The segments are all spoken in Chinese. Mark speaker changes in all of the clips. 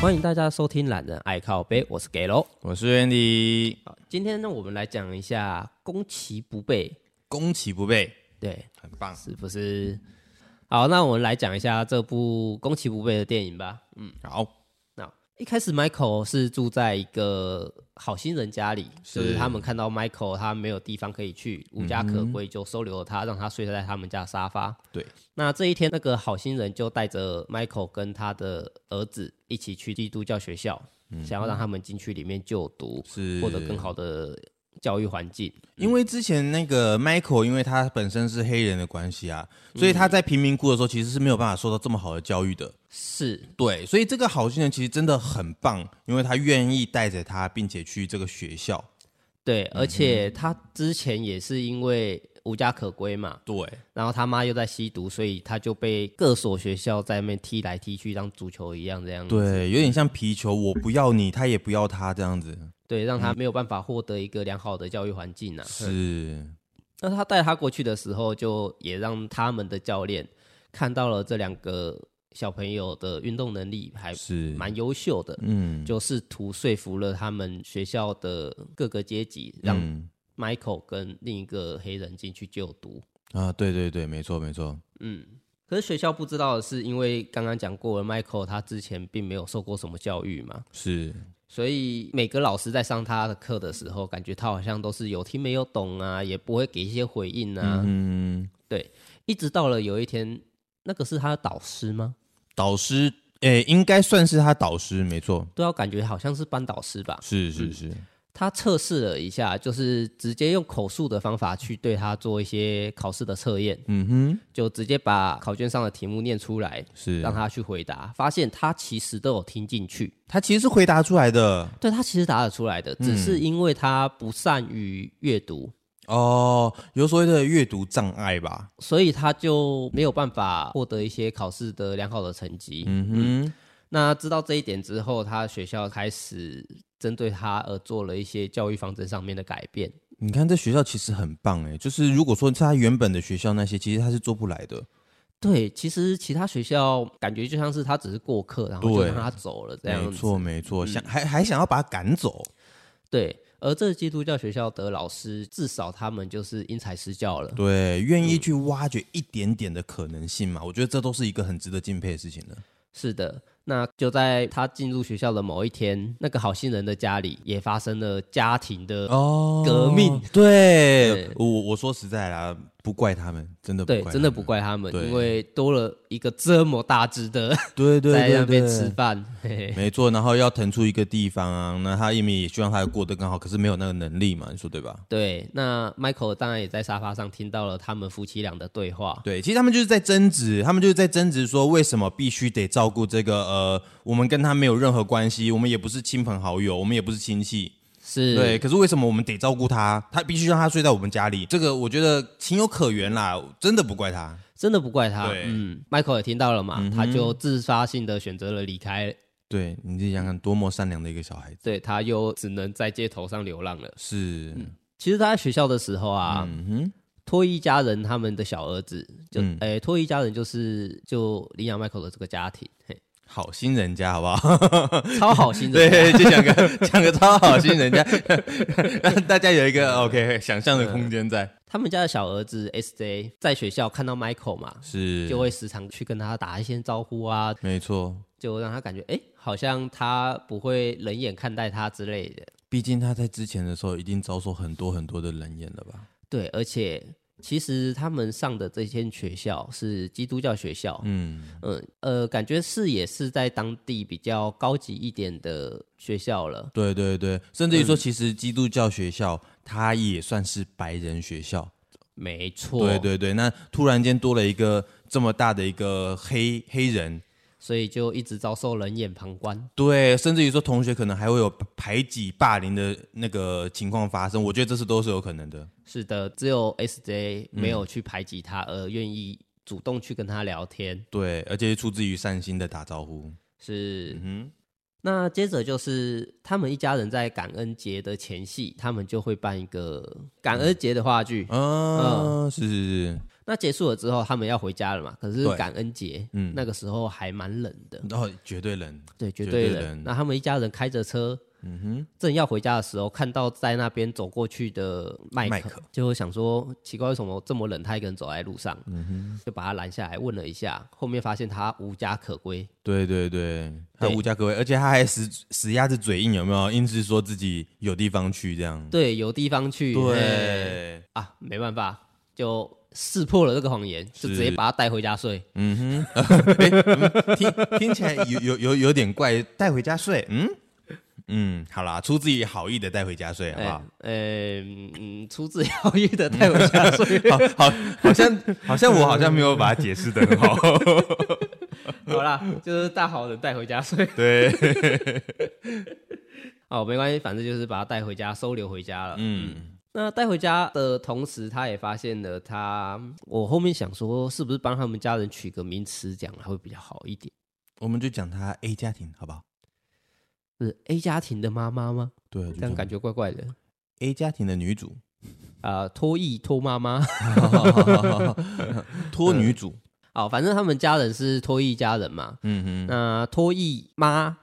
Speaker 1: 欢迎大家收听《懒人爱靠背》，我是 g a l o
Speaker 2: 我是 Andy，
Speaker 1: 今天呢，我们来讲一下攻其不备，
Speaker 2: 攻其不备，
Speaker 1: 对，
Speaker 2: 很棒。
Speaker 1: 是不是？好，那我们来讲一下这部攻其不备的电影吧。
Speaker 2: 好，
Speaker 1: 那一开始，Michael 是住在一个好心人家里，就是他们看到 Michael 他没有地方可以去，无家可归，就收留了他，让他睡在他们家沙发。
Speaker 2: 对，
Speaker 1: 那这一天，那个好心人就带着 Michael 跟他的儿子一起去基督教学校，想要让他们进去里面就读，
Speaker 2: 是
Speaker 1: 获得更好的教育环境。
Speaker 2: 因为之前那个 Michael，因为他本身是黑人的关系啊，所以他在贫民窟的时候其实是没有办法受到这么好的教育的。
Speaker 1: 是，
Speaker 2: 对，所以这个好心人其实真的很棒，因为他愿意带着他，并且去这个学校。
Speaker 1: 对，
Speaker 2: 嗯
Speaker 1: 而且他之前也是因为无家可归嘛，
Speaker 2: 对，
Speaker 1: 然后他妈又在吸毒，所以他就被各所学校在那边踢来踢去，当足球一样这样。
Speaker 2: 对，有点像皮球，我不要你，他也不要他这样子。
Speaker 1: 对，让
Speaker 2: 嗯
Speaker 1: 他没有办法获得一个良好的教育环境啊。
Speaker 2: 是，
Speaker 1: 那他带他过去的时候，就也让他们的教练看到了这两个小朋友的运动能力还
Speaker 2: 是，
Speaker 1: 蛮优秀的，
Speaker 2: 嗯，
Speaker 1: 就试图说服了他们学校的各个阶级，让
Speaker 2: 嗯
Speaker 1: Michael 跟另一个黑人进去就读。
Speaker 2: 啊，对对对，没错没错，
Speaker 1: 嗯，可是学校不知道的是，因为刚刚讲过了，Michael 他之前并没有受过什么教育嘛，
Speaker 2: 是，
Speaker 1: 所以每个老师在上他的课的时候，感觉他好像都是有听没有懂啊，也不会给一些回应啊。
Speaker 2: 嗯，
Speaker 1: 一直到了有一天，那个是他的导师吗？
Speaker 2: 导师，诶，应该算是他导师，没错，
Speaker 1: 对啊，我感觉好像是班导师吧。
Speaker 2: 是是是，
Speaker 1: 他测试了一下，就是直接用口述的方法去对他做一些考试的测验，
Speaker 2: 嗯哼，
Speaker 1: 就直接把考卷上的题目念出来，
Speaker 2: 是啊
Speaker 1: 让他去回答。发现他其实都有听进去，
Speaker 2: 他其实是回答出来的
Speaker 1: 对他其实答得出来
Speaker 2: 嗯
Speaker 1: 的，只是因为他不善于阅读，
Speaker 2: 哦，有所谓的阅读障碍吧？
Speaker 1: 所以他就没有办法获得一些考试的良好的成绩。
Speaker 2: 嗯哼，
Speaker 1: 那知道这一点之后，他学校开始针对他而做了一些教育方针上面的改变。
Speaker 2: 你看这学校其实很棒诶，就是如果说是他原本的学校那些，其实他是做不来的，
Speaker 1: 对，其实其他学校感觉就像是他只是过客，然后就
Speaker 2: 对
Speaker 1: 让他走了这
Speaker 2: 没
Speaker 1: 样
Speaker 2: 错
Speaker 1: 子。嗯
Speaker 2: 没错，想还还想要把他赶走，
Speaker 1: 对，而这基督教学校的老师，至少他们就是因材施教了。
Speaker 2: 对，愿意去挖掘一点点的可能性嘛，我觉得这都是一个很值得敬佩的事情的。
Speaker 1: 是的，那就在他进入学校的某一天，那个好心人的家里也发生了家庭的
Speaker 2: 哦
Speaker 1: 革命，
Speaker 2: 对
Speaker 1: 对
Speaker 2: 我我说实在啦，不怪他们，真的不
Speaker 1: 对
Speaker 2: 怪，他
Speaker 1: 真的
Speaker 2: 们
Speaker 1: 不，怪他们，
Speaker 2: 对
Speaker 1: 因为多了一个这么大只的
Speaker 2: 对对
Speaker 1: 在那
Speaker 2: 对
Speaker 1: 边
Speaker 2: 对，
Speaker 1: 吃饭，嘿嘿
Speaker 2: 没错，然后要腾出一个地方啊，那他因为也希望他过得更好，可是没有那个能力嘛，你说对吧？
Speaker 1: 对，那 Michael 当然也在沙发上听到了他们夫妻俩的对话。
Speaker 2: 对，其实他们就是在争执，他们就是在争执说为什么必须得照顾这个呃，我们跟他没有任何关系，我们也不是亲朋好友，我们也不是亲戚，
Speaker 1: 是，
Speaker 2: 对，可是为什么我们得照顾他？他必须让他睡在我们家里，这个我觉得情有可原啦，真的不怪他。
Speaker 1: 真的不怪他。
Speaker 2: 对嗯
Speaker 1: 嗯，Michael 也听到了嘛，他就自发性的选择了离开，
Speaker 2: 对你自己想想，多么善良的一个小孩子，
Speaker 1: 对他又只能在街头上流浪了。
Speaker 2: 是，
Speaker 1: 其实他在学校的时候啊，
Speaker 2: 嗯哼，
Speaker 1: 脱衣家人他们的小儿子，就
Speaker 2: 嗯
Speaker 1: 诶，脱衣家人就是就领养 Michael 的这个家庭， 嘿
Speaker 2: 好心人家，好不好？
Speaker 1: 超好心的。
Speaker 2: 对，就讲个讲个超好心人家，让大家有一个 OK 想象的空间在，
Speaker 1: 他们家的小儿子 SJ 在学校看到 Michael 嘛，
Speaker 2: 是
Speaker 1: 就会时常去跟他打一些招呼啊，
Speaker 2: 没错。
Speaker 1: 就让他感觉诶，好像他不会冷眼看待他之类的。
Speaker 2: 毕竟他在之前的时候一定遭受很多很多的冷眼了吧？
Speaker 1: 对，而且其实他们上的这间学校是基督教学校，
Speaker 2: 嗯，
Speaker 1: 嗯呃，感觉是也是在当地比较高级一点的学校了。
Speaker 2: 对对对，甚至于说，其实基督教学校它也算是白人学校。
Speaker 1: 没错，
Speaker 2: 对，对对，那突然间多了一个这么大的一个黑黑人，
Speaker 1: 所以就一直遭受冷眼旁观。
Speaker 2: 对，甚至于说同学可能还会有排挤、霸凌的那个情况发生，我觉得这是都是有可能的。
Speaker 1: 是的，只有 SJ
Speaker 2: 嗯
Speaker 1: 没有去排挤他，而愿意主动去跟他聊天。
Speaker 2: 对，而且是出自于善心的打招呼。
Speaker 1: 是，
Speaker 2: 嗯
Speaker 1: 那接着就是他们一家人在感恩节的
Speaker 2: 嗯
Speaker 1: 前夕，他们就会办一个感恩节的话剧。
Speaker 2: 啊，是是是，
Speaker 1: 那结束了之后，他们要回家了嘛？可是
Speaker 2: 对
Speaker 1: 感恩节，
Speaker 2: 嗯
Speaker 1: 那个时候还蛮冷的，
Speaker 2: 然后绝对冷，
Speaker 1: 对，绝
Speaker 2: 绝
Speaker 1: 对
Speaker 2: 对
Speaker 1: 冷。
Speaker 2: 冷
Speaker 1: 那他们一家人开着车，嗯哼，正要回家的时候，看到在那边走过去的麦
Speaker 2: 麦
Speaker 1: 克，
Speaker 2: 克
Speaker 1: 就想说奇怪，为什么这么冷，他一个人走在路上？嗯哼，就把他拦下来问了一下，后面发现他无家可归，
Speaker 2: 对对对，他
Speaker 1: 对
Speaker 2: 无家可归，而且他还死死鸭子嘴硬，有没有？硬是说自己有地方去这样。
Speaker 1: 对，有地方去，嘿
Speaker 2: 对，
Speaker 1: 啊，没办法，就识破了这个谎言，就直接把他带回家睡。
Speaker 2: 听听起来有有有有点怪，带回家睡，嗯嗯，好啦，出自于好意的带回家睡，好不好
Speaker 1: 哎？呃，嗯，出自疗愈的带回家睡。
Speaker 2: 好，好，好像好像我好像没有把它解释的很好。
Speaker 1: 好啦，就是大好人带回家睡。
Speaker 2: 对，
Speaker 1: 哦，没关系，反正就是把他带回家，收留回家了。
Speaker 2: 嗯，
Speaker 1: 那带回家的同时，他也发现了他，我后面想说，是不是帮他们家人取个名词讲还会比较好一点？
Speaker 2: 我们就讲他 A 家庭，好不好？
Speaker 1: 是 A 家庭的妈妈吗？
Speaker 2: 对，就
Speaker 1: 这样
Speaker 2: 讲
Speaker 1: 感觉怪怪的。
Speaker 2: A 家庭的女主，
Speaker 1: 啊、脱衣脱妈妈，
Speaker 2: 托女主，
Speaker 1: 哦，反正他们家人是脱衣家人嘛。
Speaker 2: 嗯
Speaker 1: 那脱衣妈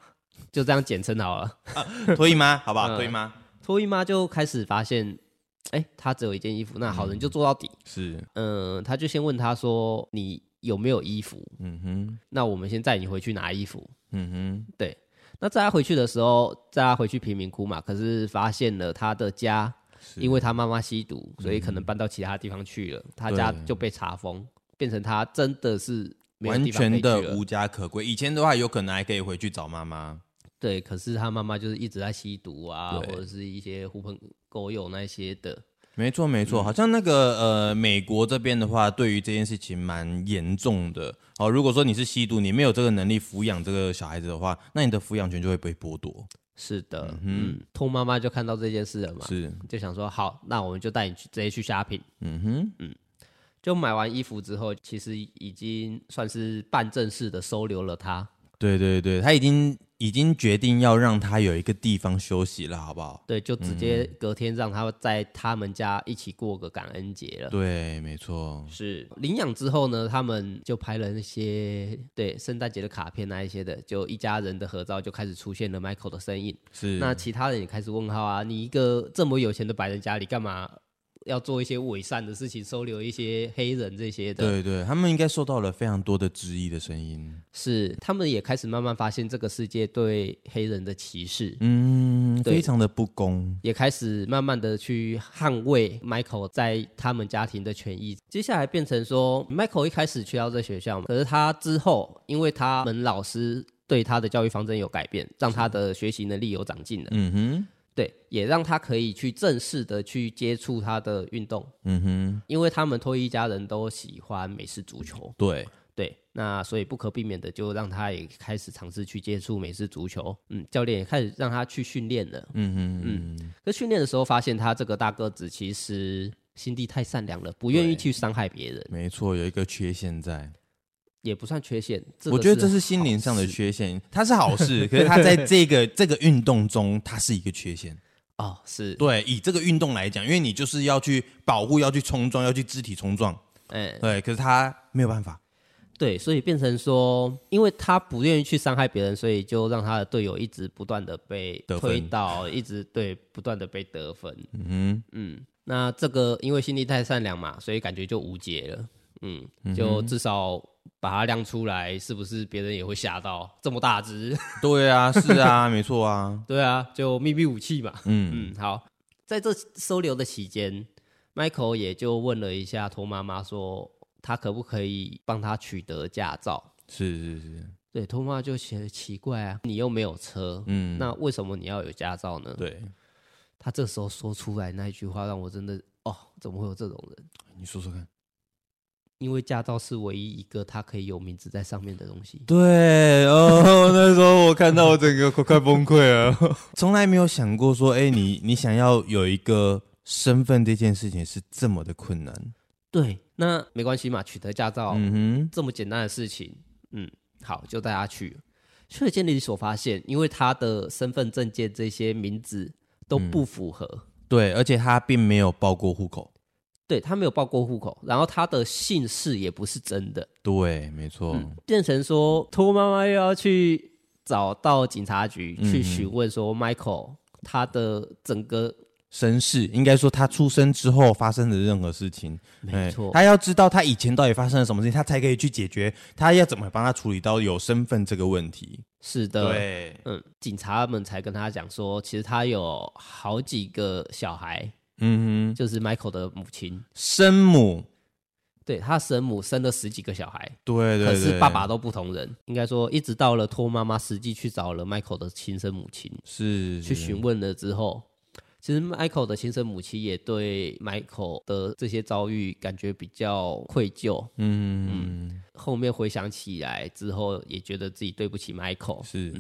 Speaker 1: 就这样简称好了。
Speaker 2: 嗯，托姨妈，好不好？
Speaker 1: 嗯
Speaker 2: 托姨妈
Speaker 1: 脱衣妈就开始发现，哎、她只有一件衣服，那好人就做到底。
Speaker 2: 是，
Speaker 1: 嗯、他就先问她说：“你有没有衣服？
Speaker 2: 嗯哼，
Speaker 1: 那我们先载你回去拿衣服。”
Speaker 2: 嗯
Speaker 1: 对，那在他回去的时候，在他回去贫民窟嘛，可是发现了他的家，
Speaker 2: 是
Speaker 1: 因为他妈妈吸毒，
Speaker 2: 嗯
Speaker 1: 所以可能搬到其他地方去了，他家就被查封，变成他真的是
Speaker 2: 哼，
Speaker 1: 没有
Speaker 2: 完
Speaker 1: 地方可
Speaker 2: 全
Speaker 1: 以去了
Speaker 2: 的无家可归。以前的话，有可能还可以回去找妈妈。
Speaker 1: 对。可是他妈妈就是一直在吸毒啊，
Speaker 2: 对
Speaker 1: 或者是一些狐朋狗友那些的，
Speaker 2: 没错，没错，好像那个呃，美国这边的话，对于这件事情蛮严重的。哦，如果说你是吸毒，你没有这个能力抚养这个小孩子的话，那你的抚养权就会被剥夺。
Speaker 1: 是的，嗯，托妈妈就看到这件事了嘛，
Speaker 2: 是，
Speaker 1: 就想说好，那我们就带你去直接去 shopping。
Speaker 2: 嗯哼，
Speaker 1: 就买完衣服之后，其实已经算是半正式的收留了他。
Speaker 2: 对对对，他已经已经决定要让他有一个地方休息了，好不好？
Speaker 1: 对，就直接
Speaker 2: 嗯
Speaker 1: 隔天让他在他们家一起过个感恩节了。
Speaker 2: 对，没错，
Speaker 1: 是领养之后呢，他们就拍了那些对圣诞节的卡片啊那一些的，就一家人的合照就开始出现了 Michael 的身影。
Speaker 2: 是
Speaker 1: 那其他人也开始问号啊，你一个这么有钱的白人家里干嘛要做一些伪善的事情，收留一些黑人这些的？
Speaker 2: 对对，他们应该受到了非常多的质疑的声音。
Speaker 1: 是他们也开始慢慢发现这个世界对黑人的歧视。
Speaker 2: 嗯，
Speaker 1: 对
Speaker 2: 非常的不公。
Speaker 1: 也开始慢慢的去捍卫 Michael 在他们家庭的权益。接下来变成说，Michael 一开始去到这学校嘛，可是他之后，因为他们老师对他的教育方针有改变，让他的学习能力有长进的，
Speaker 2: 嗯哼，
Speaker 1: 对，也让他可以去正式的去接触他的运动，
Speaker 2: 嗯哼，
Speaker 1: 因为他们脱衣家人都喜欢美式足球，
Speaker 2: 对，
Speaker 1: 对，那所以不可避免的就让他也开始尝试去接触美式足球，嗯，教练也开始让他去训练了。
Speaker 2: 嗯哼，嗯
Speaker 1: 可训练的时候发现他这个大个子其实心地太善良了，不愿意去伤害别人，
Speaker 2: 没错，有一个缺陷在。
Speaker 1: 也不算缺陷。个
Speaker 2: 我觉得这
Speaker 1: 是
Speaker 2: 是心灵上的缺陷，它是好 事，可是它在这个这个运动中，它是一个缺陷。
Speaker 1: 哦，是，
Speaker 2: 对，以这个运动来讲，因为你就是要去保护、要去冲撞、要去肢体冲撞，
Speaker 1: 哎，
Speaker 2: 对，可是他没有办法。
Speaker 1: 对，所以变成说，因为他不愿意去伤害别人，所以就让他的队友一直不断的被
Speaker 2: 得分
Speaker 1: 推倒，一直对不断的被得分。
Speaker 2: 嗯
Speaker 1: 嗯，那这个因为心地太善良嘛，所以感觉就无解了。嗯，就至少把它亮出来，是不是别人也会吓到？这么大只，
Speaker 2: 哼，对啊，是 啊，没错啊，
Speaker 1: 对啊，就秘密武器嘛。
Speaker 2: 嗯，
Speaker 1: 嗯，好，在这收留的期间，Michael 也就问了一下托妈妈说，他可不可以帮他取得驾照？
Speaker 2: 是是是，
Speaker 1: 对，托妈妈就觉得奇怪啊，你又没有车，
Speaker 2: 嗯，
Speaker 1: 那为什么你要有驾照呢？
Speaker 2: 对，
Speaker 1: 他这时候说出来那一句话，让我真的哦，怎么会有这种人？
Speaker 2: 你说说看。
Speaker 1: 因为驾照是唯一一个他可以有名字在上面的东西。
Speaker 2: 对哦，那时候我看到我整个 快快崩溃了， 从来没有想过说，哎、你你想要有一个身份这件事情是这么的困难。
Speaker 1: 对，那没关系嘛，取得驾照、
Speaker 2: 嗯
Speaker 1: 这么简单的事情，嗯，好，就带他去了。去了监理所发现，因为他的身份证件这些名字都不符合，
Speaker 2: 哼，对，而且他并没有报过户口。
Speaker 1: 对他没有报过户口，然后他的姓氏也不是真的，
Speaker 2: 对，没错，
Speaker 1: 变成说托妈妈又要去找到警察局去
Speaker 2: 嗯
Speaker 1: 询问说 Michael 他的整个
Speaker 2: 身世应该说他出生之后发生的任何事情，
Speaker 1: 没错
Speaker 2: 哎他要知道他以前到底发生了什么事情，他才可以去解决，他要怎么帮他处理到有身份这个问题。
Speaker 1: 是的，
Speaker 2: 对，
Speaker 1: 嗯，警察们才跟他讲说，其实他有好几个小孩，
Speaker 2: 嗯哼，
Speaker 1: 就是 Michael 的母亲，
Speaker 2: 生母，
Speaker 1: 对他生母生了十几个小孩，
Speaker 2: 对对对，
Speaker 1: 可是爸爸都不同人，应该说一直到了托妈妈实际去找了 Michael 的亲生母亲
Speaker 2: 是
Speaker 1: 去询问了之后，其实 Michael 的亲生母亲也对 Michael 的这些遭遇感觉比较愧疚，
Speaker 2: 嗯，
Speaker 1: 后面回想起来之后也觉得自己对不起 Michael，
Speaker 2: 是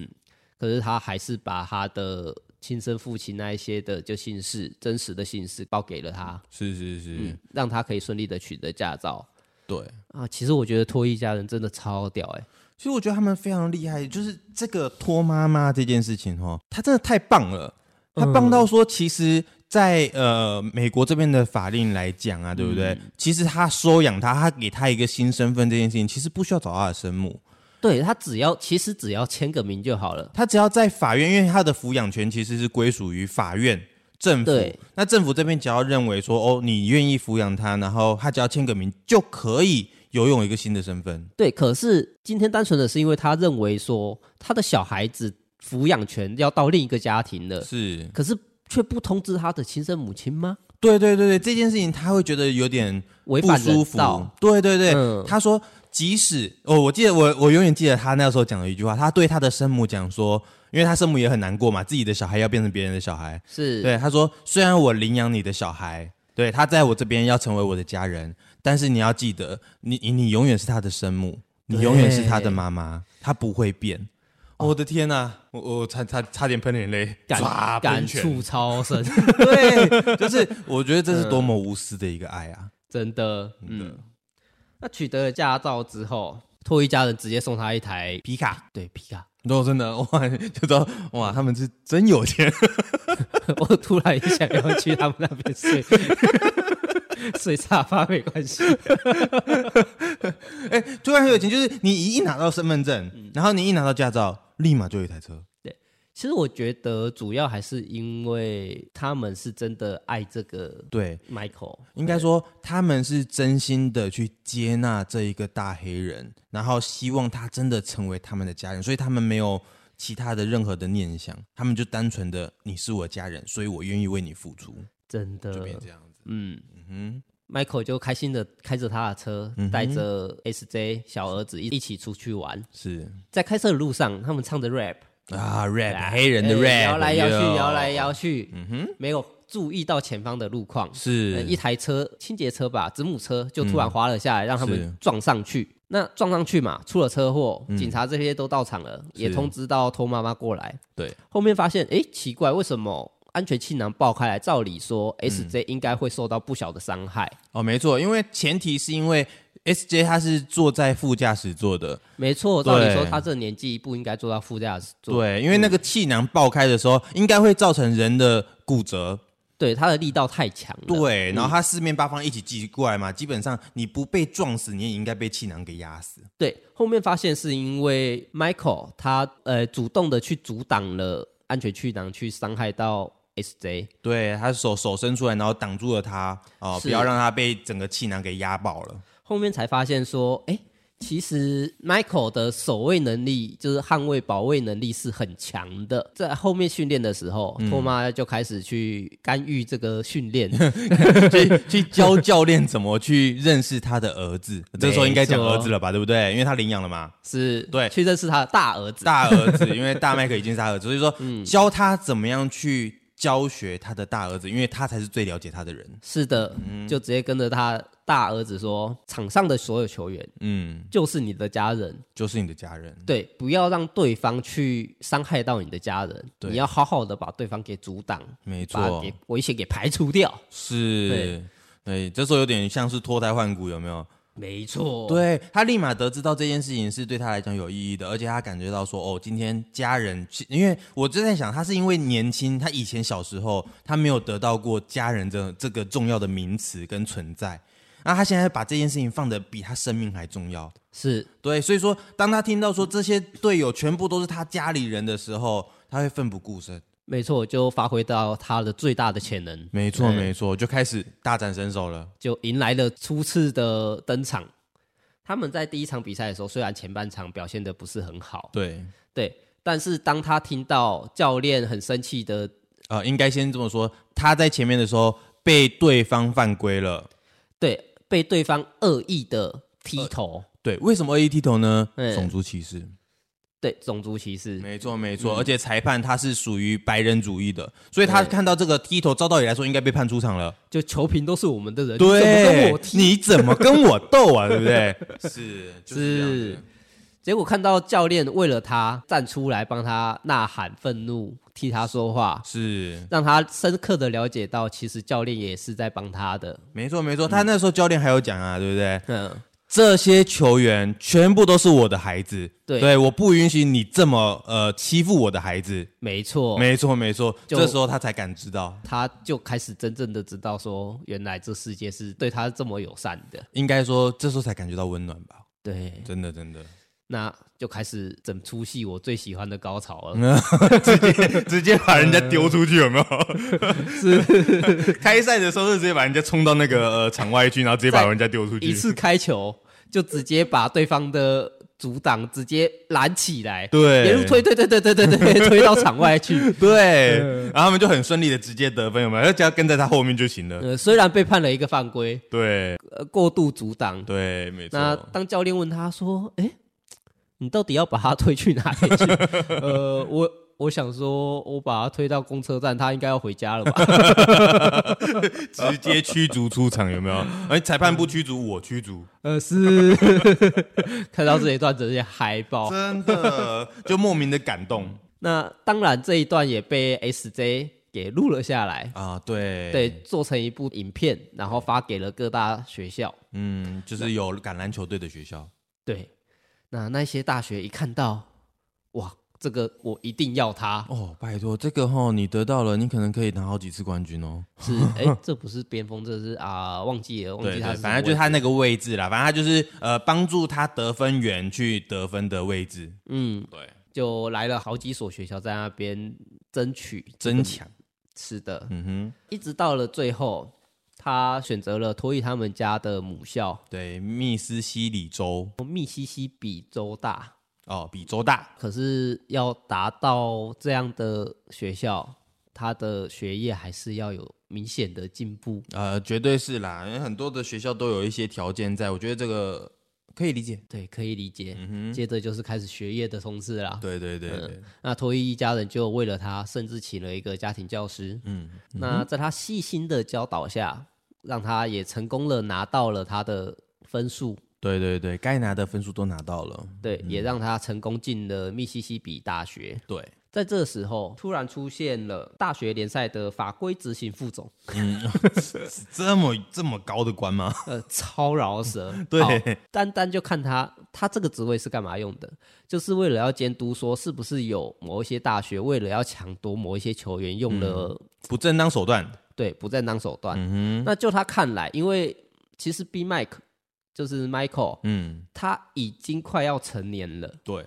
Speaker 1: 可是他还是把他的亲生父亲那一些的就姓氏真实的姓氏报给了他，
Speaker 2: 是是是，
Speaker 1: 嗯，让他可以顺利的取得驾照。
Speaker 2: 对。
Speaker 1: 啊，其实我觉得脱衣家人真的超屌哎、
Speaker 2: 其实我觉得他们非常厉害，就是这个托妈妈这件事情哦，她真的太棒了，她
Speaker 1: 嗯
Speaker 2: 棒到说，其实在，呃美国这边的法令来讲
Speaker 1: 嗯
Speaker 2: 啊，对不对？其实她收养她，她给她一个新身份这件事情，其实不需要找她的生母，
Speaker 1: 对他只要其实只要签个名就好了，
Speaker 2: 她只要在法院，因为她的抚养权其实是归属于法院。政府
Speaker 1: 对，
Speaker 2: 那政府这边只要认为说，哦，你愿意抚养她，然后她只要签个名就可以拥有一个新的身份。
Speaker 1: 对，可是今天单纯的是因为他认为说他的小孩子抚养权要到另一个家庭了，
Speaker 2: 是，
Speaker 1: 可是却不通知他的亲生母亲吗？
Speaker 2: 对对对对，这件事情他会觉得有点
Speaker 1: 违
Speaker 2: 不
Speaker 1: 反人
Speaker 2: 舒服
Speaker 1: 道。。
Speaker 2: 对对对，
Speaker 1: 嗯
Speaker 2: 他说，即使哦，我记得我我永远记得他那时候讲的一句话，他对他的生母讲说，因为他生母也很难过嘛，自己的小孩要变成别人的小孩。
Speaker 1: 是，
Speaker 2: 对，他说，虽然我领养你的小孩，对他在我这边要成为我的家人，但是你要记得，你你你永远是他的生母，你永远是他的妈妈，他不会变。
Speaker 1: 哦
Speaker 2: 哦我的天呐、我我差差差点喷眼泪，
Speaker 1: 感
Speaker 2: 抓喷
Speaker 1: 感
Speaker 2: 泉
Speaker 1: 触超 深，
Speaker 2: 对，就是我觉得这
Speaker 1: 嗯
Speaker 2: 是多么无私的一个爱啊！
Speaker 1: 真的。嗯，那取得了驾照之后，脱衣家人直接送他一台
Speaker 2: 皮卡，
Speaker 1: 对皮卡。
Speaker 2: 哦，真的 哇，就知道哇，他们是真有 钱，
Speaker 1: 我突然也想要去他们那边睡， 睡沙发没关系。
Speaker 2: 突啊然很有钱，就是你一拿到身份证，然后你一拿到驾照，立马就有一台车。
Speaker 1: 其实我觉得主要还是因为他们是真的爱这个
Speaker 2: 对，
Speaker 1: Michael，
Speaker 2: 应该说他们是真心的去接纳这一个大黑人，然后希望他真的成为他们的家人，所以他们没有。其他的任何的念想，他们就单纯的你是我家人，所以我愿意为你付出，
Speaker 1: 真
Speaker 2: 就
Speaker 1: 的，
Speaker 2: 变这样子。
Speaker 1: 嗯。
Speaker 2: 嗯
Speaker 1: Michael 就开心的开着他的车，带着 SJ 小儿子一一起出去玩。
Speaker 2: 哼，是
Speaker 1: 在开车的路上，他们唱着 rap，
Speaker 2: 啊，rap 黑人的
Speaker 1: 哎
Speaker 2: rap，
Speaker 1: 摇来摇
Speaker 2: 哟
Speaker 1: 去，摇来摇去，嗯哼，没有注意到前方的路况，呃
Speaker 2: 是嗯
Speaker 1: 一台车清洁车吧，子母车就突然滑了下来，让他
Speaker 2: 是嗯
Speaker 1: 们撞上去。那撞上去嘛，出了车祸，警察这些都到场了，也
Speaker 2: 是
Speaker 1: 通知到托妈妈过来。
Speaker 2: 对，
Speaker 1: 后面发现，哎，奇怪，为什么安全气囊爆开来？照理说，SJ
Speaker 2: 嗯
Speaker 1: 应该会受到不小的伤害。
Speaker 2: 哦，没错，因为前提是因为 SJ 他是坐在副驾驶座的，
Speaker 1: 没错，照理说
Speaker 2: 对
Speaker 1: 他这年纪不应该坐到副驾驶座，
Speaker 2: 对，因为那个气囊爆开的时候，应该会造成人的骨折，
Speaker 1: 对他的力道太强了。
Speaker 2: 对，嗯然后他四面八方一起寄过来嘛，基本上你不被撞死，你也应该被气囊给压死，
Speaker 1: 对，后面发现是因为 Michael 他呃主动的去阻挡了安全气囊去伤害到 SJ，
Speaker 2: 对，他手手伸出来，然后挡住了他，哦，
Speaker 1: 是
Speaker 2: 不要让他被整个气囊给压爆了，
Speaker 1: 后面才发现说，哎，其实 Michael 的守卫能力就是捍卫保卫能力是很强的，在后面训练的时候，
Speaker 2: 嗯
Speaker 1: 托妈就开始去干预这个训 练，
Speaker 2: 去去教教练怎么去认识他的儿子，这个时候应该讲
Speaker 1: 没错
Speaker 2: 儿子了吧，对不对？因为他领养了嘛，
Speaker 1: 是
Speaker 2: 对
Speaker 1: 去认识他的大儿子。
Speaker 2: 大儿子，因为大麦克已经是他儿子，所以说教他怎么样去教学他的大儿子，因为他才是最了解他的人。
Speaker 1: 是的，
Speaker 2: 嗯
Speaker 1: 就直接跟着他大儿子说，场上的所有球员
Speaker 2: 嗯，
Speaker 1: 就是你的家人，
Speaker 2: 就是你的家人。
Speaker 1: 对，不要让对方去伤害到你的家人，
Speaker 2: 对
Speaker 1: 你要好好的把对方给阻挡，
Speaker 2: 没
Speaker 1: 把
Speaker 2: 错
Speaker 1: 给，危险给排除掉。
Speaker 2: 是，对，这时候有点像是脱胎换骨，有没有？
Speaker 1: 没错，，
Speaker 2: 对他立马得知到这件事情是对他来讲有意义的，而且他感觉到说，哦，今天家人，因为我就在想，他是因为年轻，他以前小时候他没有得到过家人这这个重要的名词跟存在，那他现在把这件事情放得比他生命还重要。
Speaker 1: 是
Speaker 2: 对，所以说，当他听到说这些队友全部都是他家里人的时候，他会奋不顾身。
Speaker 1: 没错，就发挥到他的最大的潜能，
Speaker 2: 没错，
Speaker 1: 对
Speaker 2: 没错，就开始大展身手了。
Speaker 1: 就迎来了初次的登场。他们在第一场比赛的时候，虽然前半场表现的不是很好，
Speaker 2: 对，
Speaker 1: 对，但是当他听到教练很生气的，
Speaker 2: 呃，应该先这么说，他在前面的时候被对方犯规了。
Speaker 1: 对，被对方恶意的踢
Speaker 2: 呃
Speaker 1: 头，
Speaker 2: 对，为什么恶意剃头呢？
Speaker 1: 嗯
Speaker 2: 种族歧视。嗯
Speaker 1: 对，种族歧视，
Speaker 2: 没错，没错，而且裁判他是属于白人主义的，所以他
Speaker 1: 对
Speaker 2: 看到这个剃头，照道理来说应该被判出场了。
Speaker 1: 就球评都是我们的人，你怎么跟
Speaker 2: 对
Speaker 1: 我，踢？
Speaker 2: 你怎么跟我斗啊？对不对？ 是
Speaker 1: 是，结果看到教练为了他站出来帮他呐喊愤怒，替他说话，
Speaker 2: 是，
Speaker 1: 让他深刻的了解到，其实教练也是在帮他的。
Speaker 2: 没错，没错。他那时候教练还有讲啊，对不对？
Speaker 1: 嗯，
Speaker 2: 这些球员全部都是我的孩子，
Speaker 1: 对
Speaker 2: 我不允许你这么呃欺负我的孩子。
Speaker 1: 没错，
Speaker 2: 没错，没错，
Speaker 1: 哦就
Speaker 2: 这时候他才感知到，
Speaker 1: 他就开始真正的知道说，原来这世界是对他这么友善的。
Speaker 2: 应该说这时候才感觉到温暖吧。
Speaker 1: 对，
Speaker 2: 真的，真的，
Speaker 1: 那就开始整出戏我最喜欢的高潮了。
Speaker 2: 直接直接把人家丢出去，有没有？
Speaker 1: 嗯
Speaker 2: 是开赛的时候就直接把人家冲到那个呃场外去，然后直接把人家丢出
Speaker 1: 一
Speaker 2: 去。
Speaker 1: 次开球就直接把对方的阻挡直接拦起来，
Speaker 2: 对
Speaker 1: 一路推推推推推推推推到场外 去。
Speaker 2: 对，
Speaker 1: 嗯
Speaker 2: 然后他们就很顺利的直接得分，有没有？只要跟在他后面就行了。
Speaker 1: 呃，虽然被判了一个犯规，
Speaker 2: 对
Speaker 1: 呃，过度阻挡。
Speaker 2: 对，没
Speaker 1: 那
Speaker 2: 错。
Speaker 1: 当教练问他说：“哎、你到底要把他推去哪里去？” 呃，我我想说，我把他推到公车站，他应该要回家了吧？
Speaker 2: 直接驱逐出场，有没有？哎，裁判不驱逐，我驱逐，
Speaker 1: 呃，是 看到这一段直接嗨爆。
Speaker 2: 真的 就莫名的感动
Speaker 1: 那当然，这一段也被 SJ 给录了下来。
Speaker 2: 啊！对
Speaker 1: 对，，做成一部影片，然后发给了各大学校。
Speaker 2: 嗯，就是有橄榄球队的学校，
Speaker 1: 对，那那些大学一看到，哇，这个我一定要它。
Speaker 2: 哦，拜托，这个哈、你得到了，你可能可以拿好几次冠军哦。
Speaker 1: 是，哎、这不是边锋，这是啊、忘记了，忘
Speaker 2: 对
Speaker 1: 记
Speaker 2: 对
Speaker 1: 他，是什么
Speaker 2: 反正就是他那个位置啦，反正他就是呃，帮助他得分员去得分的位置，
Speaker 1: 嗯，
Speaker 2: 对，
Speaker 1: 就来了好几所学校在那边争取
Speaker 2: 增强。
Speaker 1: 是的，
Speaker 2: 嗯哼，
Speaker 1: 一直到了最后，他选择了托伊他们家的母校
Speaker 2: 对，密斯西里州
Speaker 1: 密西西比州大。
Speaker 2: 哦，比州大，
Speaker 1: 可是要达到这样的学校，他的学业还是要有明显的进步。
Speaker 2: 呃，绝对是啦，因为很多的学校都有一些条件在，我觉得这个可以理解。
Speaker 1: 对，可以理解。接着就是开始学业的冲刺啦。
Speaker 2: 对对对对，
Speaker 1: 那托伊一家人就为了他，甚至请了一个家庭教师。
Speaker 2: 嗯，
Speaker 1: 那在他细心的教导下，让他也成功了拿到了他的分数。
Speaker 2: 对对对，该拿的分数都拿到了。
Speaker 1: 对，也让他成功进了密西西比大学。
Speaker 2: 对，
Speaker 1: 在这时候，突然出现了大学联赛的法规执行副总，
Speaker 2: 这么这么高的官吗？
Speaker 1: 呃，超饶舌。
Speaker 2: 对
Speaker 1: 好，单单就看他，他这个职位是干嘛用的？就是为了要监督，说是不是有某一些大学为了要抢夺某一些球员，用了、
Speaker 2: 不正当手段。
Speaker 1: 对不正当手段。
Speaker 2: 嗯哼，
Speaker 1: 那就他看来，因为其实 B Mike 就是 Michael，
Speaker 2: 嗯，
Speaker 1: 他已经快要成年了。
Speaker 2: 对，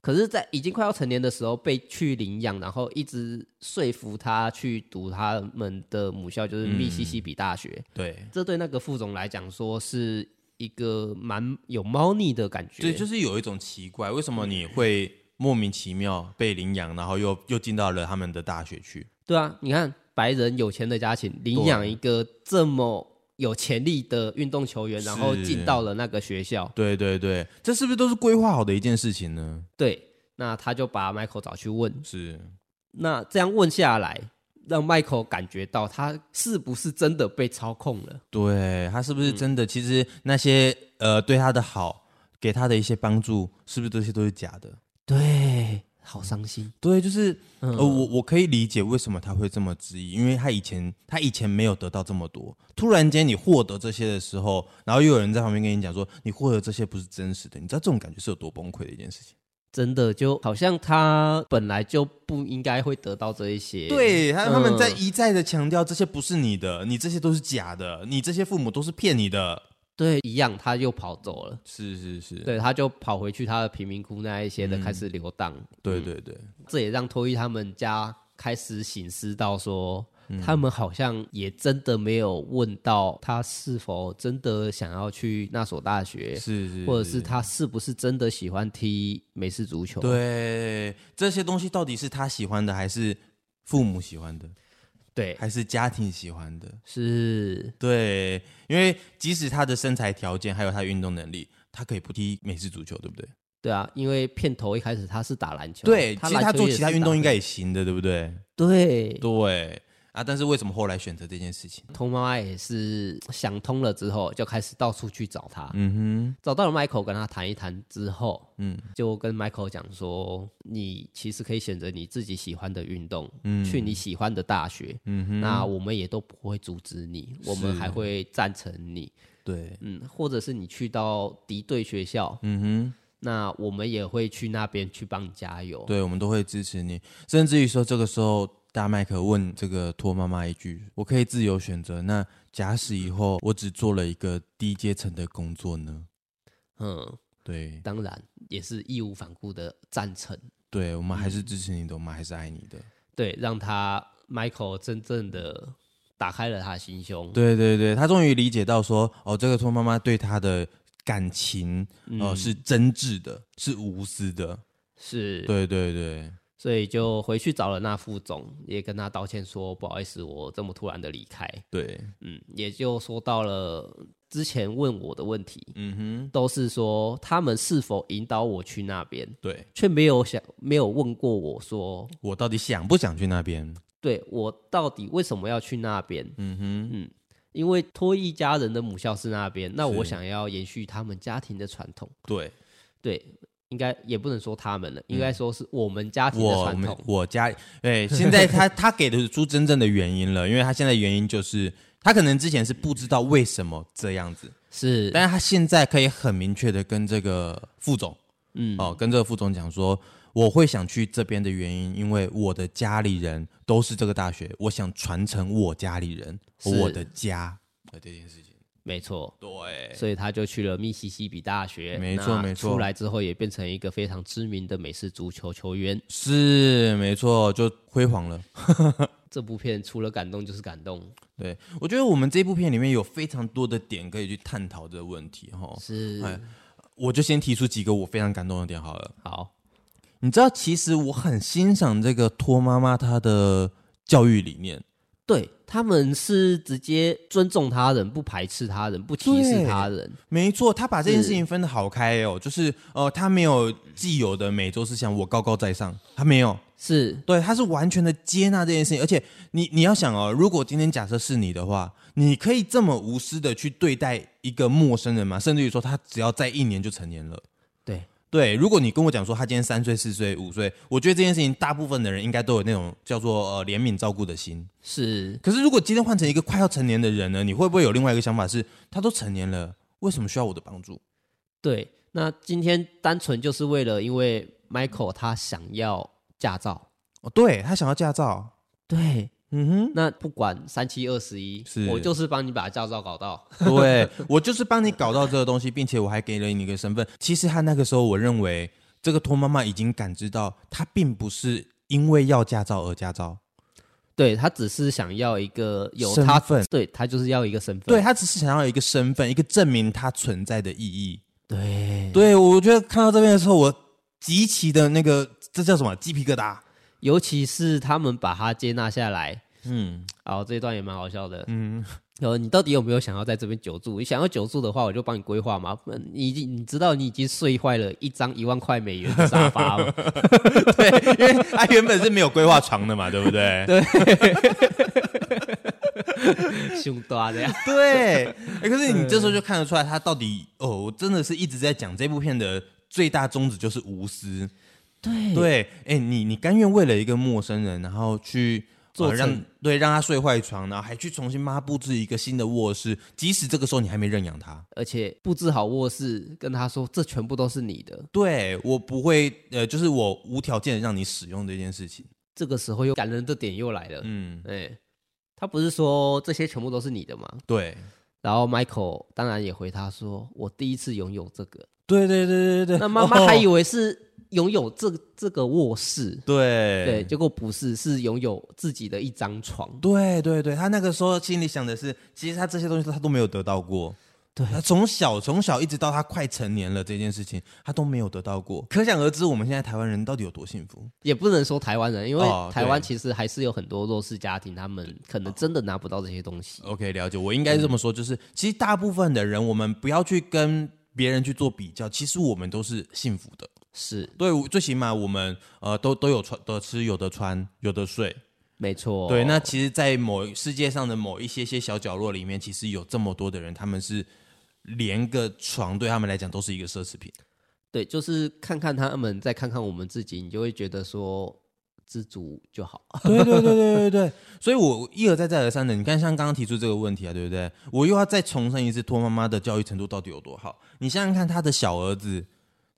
Speaker 1: 可是，在已经快要成年的时候被去领养，然后一直说服他去读他们的母校，就是
Speaker 2: 嗯
Speaker 1: 密西西比大学。
Speaker 2: 对，
Speaker 1: 这对那个副总来讲，说是一个蛮有猫腻的感觉。
Speaker 2: 对，就是有一种奇怪，为什么你会莫名其妙被领养，然后又又进到了他们的大学去？
Speaker 1: 对啊，你看白人有钱的家庭领养一个这么有潜力的运动球员，
Speaker 2: 是
Speaker 1: 然后进到了那个学校。
Speaker 2: 对对对，这是不是都是规划好的一件事情呢？
Speaker 1: 对，那他就把 Michael 找去问。
Speaker 2: 是，
Speaker 1: 那这样问下来，让 Michael 感觉到他是不是真的被操控了？
Speaker 2: 对他是不是真的？其实那些呃对他的好，给他的一些帮助，是不是这些都是假的？
Speaker 1: 对，好伤心。
Speaker 2: 对，就是
Speaker 1: 嗯
Speaker 2: 呃，我我可以理解为什么他会这么质疑，因为他以前他以前没有得到这么多，突然间你获得这些的时候，然后又有人在旁边跟你讲说你获得这些不是真实的，你知道这种感觉是有多崩溃的一件事情。
Speaker 1: 真的就好像他本来就不应该会得到这一些，
Speaker 2: 对，他他们在
Speaker 1: 嗯
Speaker 2: 一再的强调这些不是你的，你这些都是假的，你这些父母都是骗你的。
Speaker 1: 对一样，他又跑走了，
Speaker 2: 是是是，
Speaker 1: 对，他就跑回去他的贫民窟那一些的开始流荡，
Speaker 2: 对对对，
Speaker 1: 这也让托伊他们家开始醒思到说，他们好像也真的没有问到他是否真的想要去那所大学，
Speaker 2: 是是，
Speaker 1: 或者是他是不是真的喜欢踢美式足球。
Speaker 2: 对这些东西到底是他喜欢的，还是父母喜欢的，
Speaker 1: 对，
Speaker 2: 还是家庭喜欢的？
Speaker 1: 是
Speaker 2: 对，因为即使他的身材条件还有他的运动能力，他可以不踢美式足球，对不对？
Speaker 1: 对啊，因为片头一开始他是打篮球，
Speaker 2: 对，其实
Speaker 1: 啊篮
Speaker 2: 他
Speaker 1: 球
Speaker 2: 做
Speaker 1: 也
Speaker 2: 其他
Speaker 1: 是
Speaker 2: 运动
Speaker 1: 打
Speaker 2: 应该也行的，对不对？
Speaker 1: 对。
Speaker 2: 对啊，但是为什么后来选择这件事情？
Speaker 1: 童妈妈也是想通了之后，就开始到处去找他，
Speaker 2: 嗯
Speaker 1: 找到了 Michael，跟他谈一谈之后，
Speaker 2: 哼，嗯
Speaker 1: 就跟 Michael 讲说，你其实可以选择你自己喜欢的运动，
Speaker 2: 嗯
Speaker 1: 去你喜欢的大学。
Speaker 2: 嗯哼，
Speaker 1: 那我们也都不会阻止你，我们
Speaker 2: 是
Speaker 1: 还会赞成你，
Speaker 2: 对，
Speaker 1: 嗯，或者是你去到敌对学校，
Speaker 2: 嗯
Speaker 1: 那我们也会去那边去帮你加油
Speaker 2: 哼，。对，我们都会支持你，甚至于说这个时候。大麦克问这个托妈妈一句：“我可以自由选择，那假使以后我只做了一个低阶层的工作呢
Speaker 1: 嗯，？”
Speaker 2: 对，
Speaker 1: 当然也是义无反顾的赞成，
Speaker 2: 对，我们还是支持你的，我们还是爱你的。
Speaker 1: 对，让他 Michael 真正的打开了他的心胸。
Speaker 2: 对对对，他终于理解到说，哦，这个托妈妈对他的感情，哦、
Speaker 1: 嗯
Speaker 2: 是真挚的，是无私的。
Speaker 1: 是，
Speaker 2: 对对对，
Speaker 1: 所以就回去找了那副总，也跟他道歉说不好意思，我这么突然的离开。
Speaker 2: 对，
Speaker 1: 嗯，也就说到了之前问我的问题，
Speaker 2: 嗯哼，
Speaker 1: 都是说他们是否引导我去那边，
Speaker 2: 对
Speaker 1: 却没有想没有问过我说，
Speaker 2: 我到底想不想去那边？
Speaker 1: 对我到底为什么要去那边？
Speaker 2: 嗯哼，
Speaker 1: 嗯，因为托一家人的母校是那边，那
Speaker 2: 是
Speaker 1: 我想要延续他们家庭的传统，
Speaker 2: 对，
Speaker 1: 对，应该也不能说他们了，应该说是我们家庭的
Speaker 2: 嗯我
Speaker 1: 传
Speaker 2: 们
Speaker 1: 统，
Speaker 2: 我家，对，现在 他他给得出真正的原因了，因为他现在原因就是。他可能之前是不知道为什么这样子，
Speaker 1: 是，
Speaker 2: 但是他现在可以很明确的跟这个副总
Speaker 1: 嗯，
Speaker 2: 哦，跟这个副总讲说，我会想去这边的原因，因为我的家里人都是这个大学，我想传承我家里人
Speaker 1: 是
Speaker 2: 我的家的这件事情。
Speaker 1: 没错。
Speaker 2: 对，
Speaker 1: 所以他就去了密西西比大学，
Speaker 2: 没错
Speaker 1: 那
Speaker 2: 没错
Speaker 1: 出来之后也变成一个非常知名的美式足球球员。
Speaker 2: 是没错，就辉煌了。
Speaker 1: 这部片除了感动就是感动，
Speaker 2: 对我觉得我们这部片里面有非常多的点可以去探讨这个问题哈。
Speaker 1: 是
Speaker 2: 哎我就先提出几个我非常感动的点好了。
Speaker 1: 好，
Speaker 2: 你知道，其实我很欣赏这个托妈妈她的教育理念。
Speaker 1: 对他们是直接尊重他人，不排斥他人，不歧视他人，
Speaker 2: 没错，他把这件事情分得好开哦，就是呃，他没有既有的每周思想我高高在上，他没有，
Speaker 1: 是
Speaker 2: 对，他是完全的接纳这件事情。而且你你要想哦，如果今天假设是你的话，你可以这么无私的去对待一个陌生人吗？甚至于说他只要在一年就成年了。
Speaker 1: 对，
Speaker 2: 对，如果你跟我讲说他今天三岁、四岁、五岁，我觉得这件事情大部分的人应该都有那种叫做呃怜悯照顾的心。
Speaker 1: 是
Speaker 2: 可是如果今天换成一个快要成年的人呢，你会不会有另外一个想法是，他都成年了，为什么需要我的帮助？
Speaker 1: 对。那今天单纯就是为了，因为 Michael 他想要驾照，
Speaker 2: 哦，对他想要驾照，
Speaker 1: 对，
Speaker 2: 嗯
Speaker 1: 那不管三七二十一
Speaker 2: 是，
Speaker 1: 我就是帮你把驾照搞到，
Speaker 2: 哼，对我就是帮你搞到这个东西，并且我还给了你一个身份。其实他那个时候，我认为这个托妈妈已经感知到，他并不是因为要驾照而驾照，
Speaker 1: 对他只是想要一个有
Speaker 2: 身
Speaker 1: 他
Speaker 2: 份，
Speaker 1: 对他就是要一个身份，
Speaker 2: 对他只是想要有一个身份，一个证明他存在的意义。
Speaker 1: 对，
Speaker 2: 对我觉得看到这边的时候，我极其的那个，这叫什么鸡皮疙瘩？
Speaker 1: 尤其是他们把他接纳下来，
Speaker 2: 嗯
Speaker 1: 哦，这一段也蛮好笑的。
Speaker 2: 嗯，
Speaker 1: 呃，你到底有没有想要在这边久住？你想要久住的话，我就帮你规划嘛。不然你已经你知道你已经睡坏了一张一万块美元的沙发吗？
Speaker 2: 对，因为他原本是没有规划床的嘛，对不哎 对？
Speaker 1: 凶啊大的呀！
Speaker 2: 对、欸可是你这时候就看得出来，他到底哦，我真的是一直在讲这部片的最大宗旨就是无私。
Speaker 1: 对
Speaker 2: 对，哎、你你甘愿为了一个陌生人，然后去
Speaker 1: 做
Speaker 2: 呃、让
Speaker 1: 成
Speaker 2: 对让他睡坏床，然后还去重新帮他布置一个新的卧室，即使这个时候你还没认养他。
Speaker 1: 而且布置好卧室，跟他说这全部都是你的。
Speaker 2: 对我不会，呃，就是我无条件的让你使用这件事情。
Speaker 1: 这个时候又感人的点又来了，
Speaker 2: 嗯，
Speaker 1: 哎，他不是说这些全部都是你的吗？
Speaker 2: 对，
Speaker 1: 然后 Michael 当然也回他说：“我第一次拥有这个。
Speaker 2: 对对对对”对。
Speaker 1: 那妈妈
Speaker 2: 哦
Speaker 1: 还以为是拥有这这个卧室，
Speaker 2: 对
Speaker 1: 对，结果不是，是拥有自己的一张床。
Speaker 2: 对对对，他那个时候心里想的是，其实他这些东西他都没有得到过。
Speaker 1: 对
Speaker 2: 他从小从小一直到他快成年了这件事情，他都没有得到过。可想而知，我们现在台湾人到底有多幸福？
Speaker 1: 也不能说台湾人，因为
Speaker 2: 哦
Speaker 1: 台湾
Speaker 2: 对哦
Speaker 1: 其实还是有很多弱势家庭，他们可能真的拿不到这些东西。
Speaker 2: OK，了解。我应该这么说，就是其实大部分的人，我们不要去跟别人去做比较，其实我们都是幸福的。
Speaker 1: 是，
Speaker 2: 对，我最起码我们呃都都有穿得吃，有的穿，有的睡。
Speaker 1: 没错。
Speaker 2: 对，那其实，在某世界上的某一些些小角落里面，其实有这么多的人，他们是连个床对他们来讲都是一个奢侈品。
Speaker 1: 对，就是看看他们，再看看我们自己，你就会觉得说知足就好。
Speaker 2: 对对对对对对，所以我一而再再而三的，你看像刚刚提出这个问题啊，对不对？我又要再重申一次，托妈妈的教育程度到底有多好？你想想看，他的小儿子，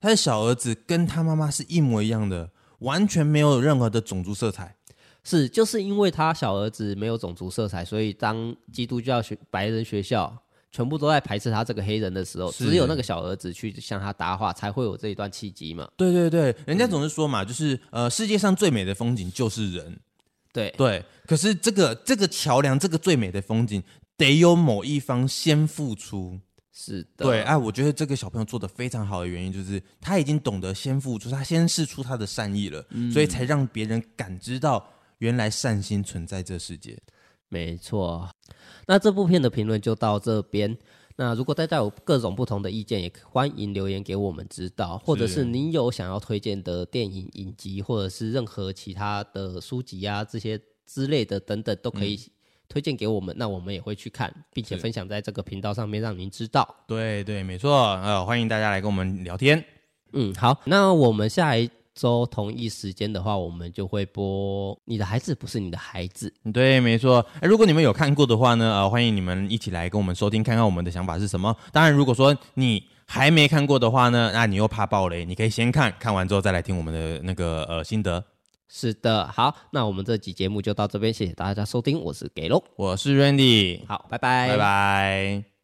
Speaker 2: 他的小儿子跟他妈妈是一模一样的，完全没有任何的种族色彩。
Speaker 1: 是，就是因为他小儿子没有种族色彩，所以当基督教学白人学校全部都在排斥他这个黑人的时候，
Speaker 2: 是
Speaker 1: 只有那个小儿子去向他搭话，才会有这一段契机嘛。
Speaker 2: 对对对，人家总是说嘛，就是呃，世界上最美的风景就是人。
Speaker 1: 对，
Speaker 2: 对，可是这个这个桥梁，这个最美的风景，得有某一方先付出。
Speaker 1: 是的，
Speaker 2: 对，哎、啊，我觉得这个小朋友做的非常好的原因就是他已经懂得先付出，他先试出他的善意了，所以才让别人感知到原来善心存在这世界。
Speaker 1: 没错。那这部片的评论就到这边。那如果大家有各种不同的意见，也欢迎留言给我们知道，或者
Speaker 2: 是
Speaker 1: 是您有想要推荐的电影、影集，或者是任何其他的书籍啊这些之类的等等，都可以推荐给我们，那我们也会去看，并且
Speaker 2: 是
Speaker 1: 分享在这个频道上面，让您知道。
Speaker 2: 对对，没错，呃，欢迎大家来跟我们聊天。
Speaker 1: 嗯，好，那我们下一周同一时间的话，我们就会播《你的孩子不是你的孩子》。
Speaker 2: 对，没错。哎，如果你们有看过的话呢，呃，欢迎你们一起来跟我们收听，看看我们的想法是什么。当然，如果说你还没看过的话呢，那你又怕暴雷，你可以先看看完之后再来听我们的那个呃心得。
Speaker 1: 是的，好，那我们这期节目就到这边，谢谢大家收听，我是给龙，
Speaker 2: 我是 Randy，
Speaker 1: 好，拜拜，
Speaker 2: 拜拜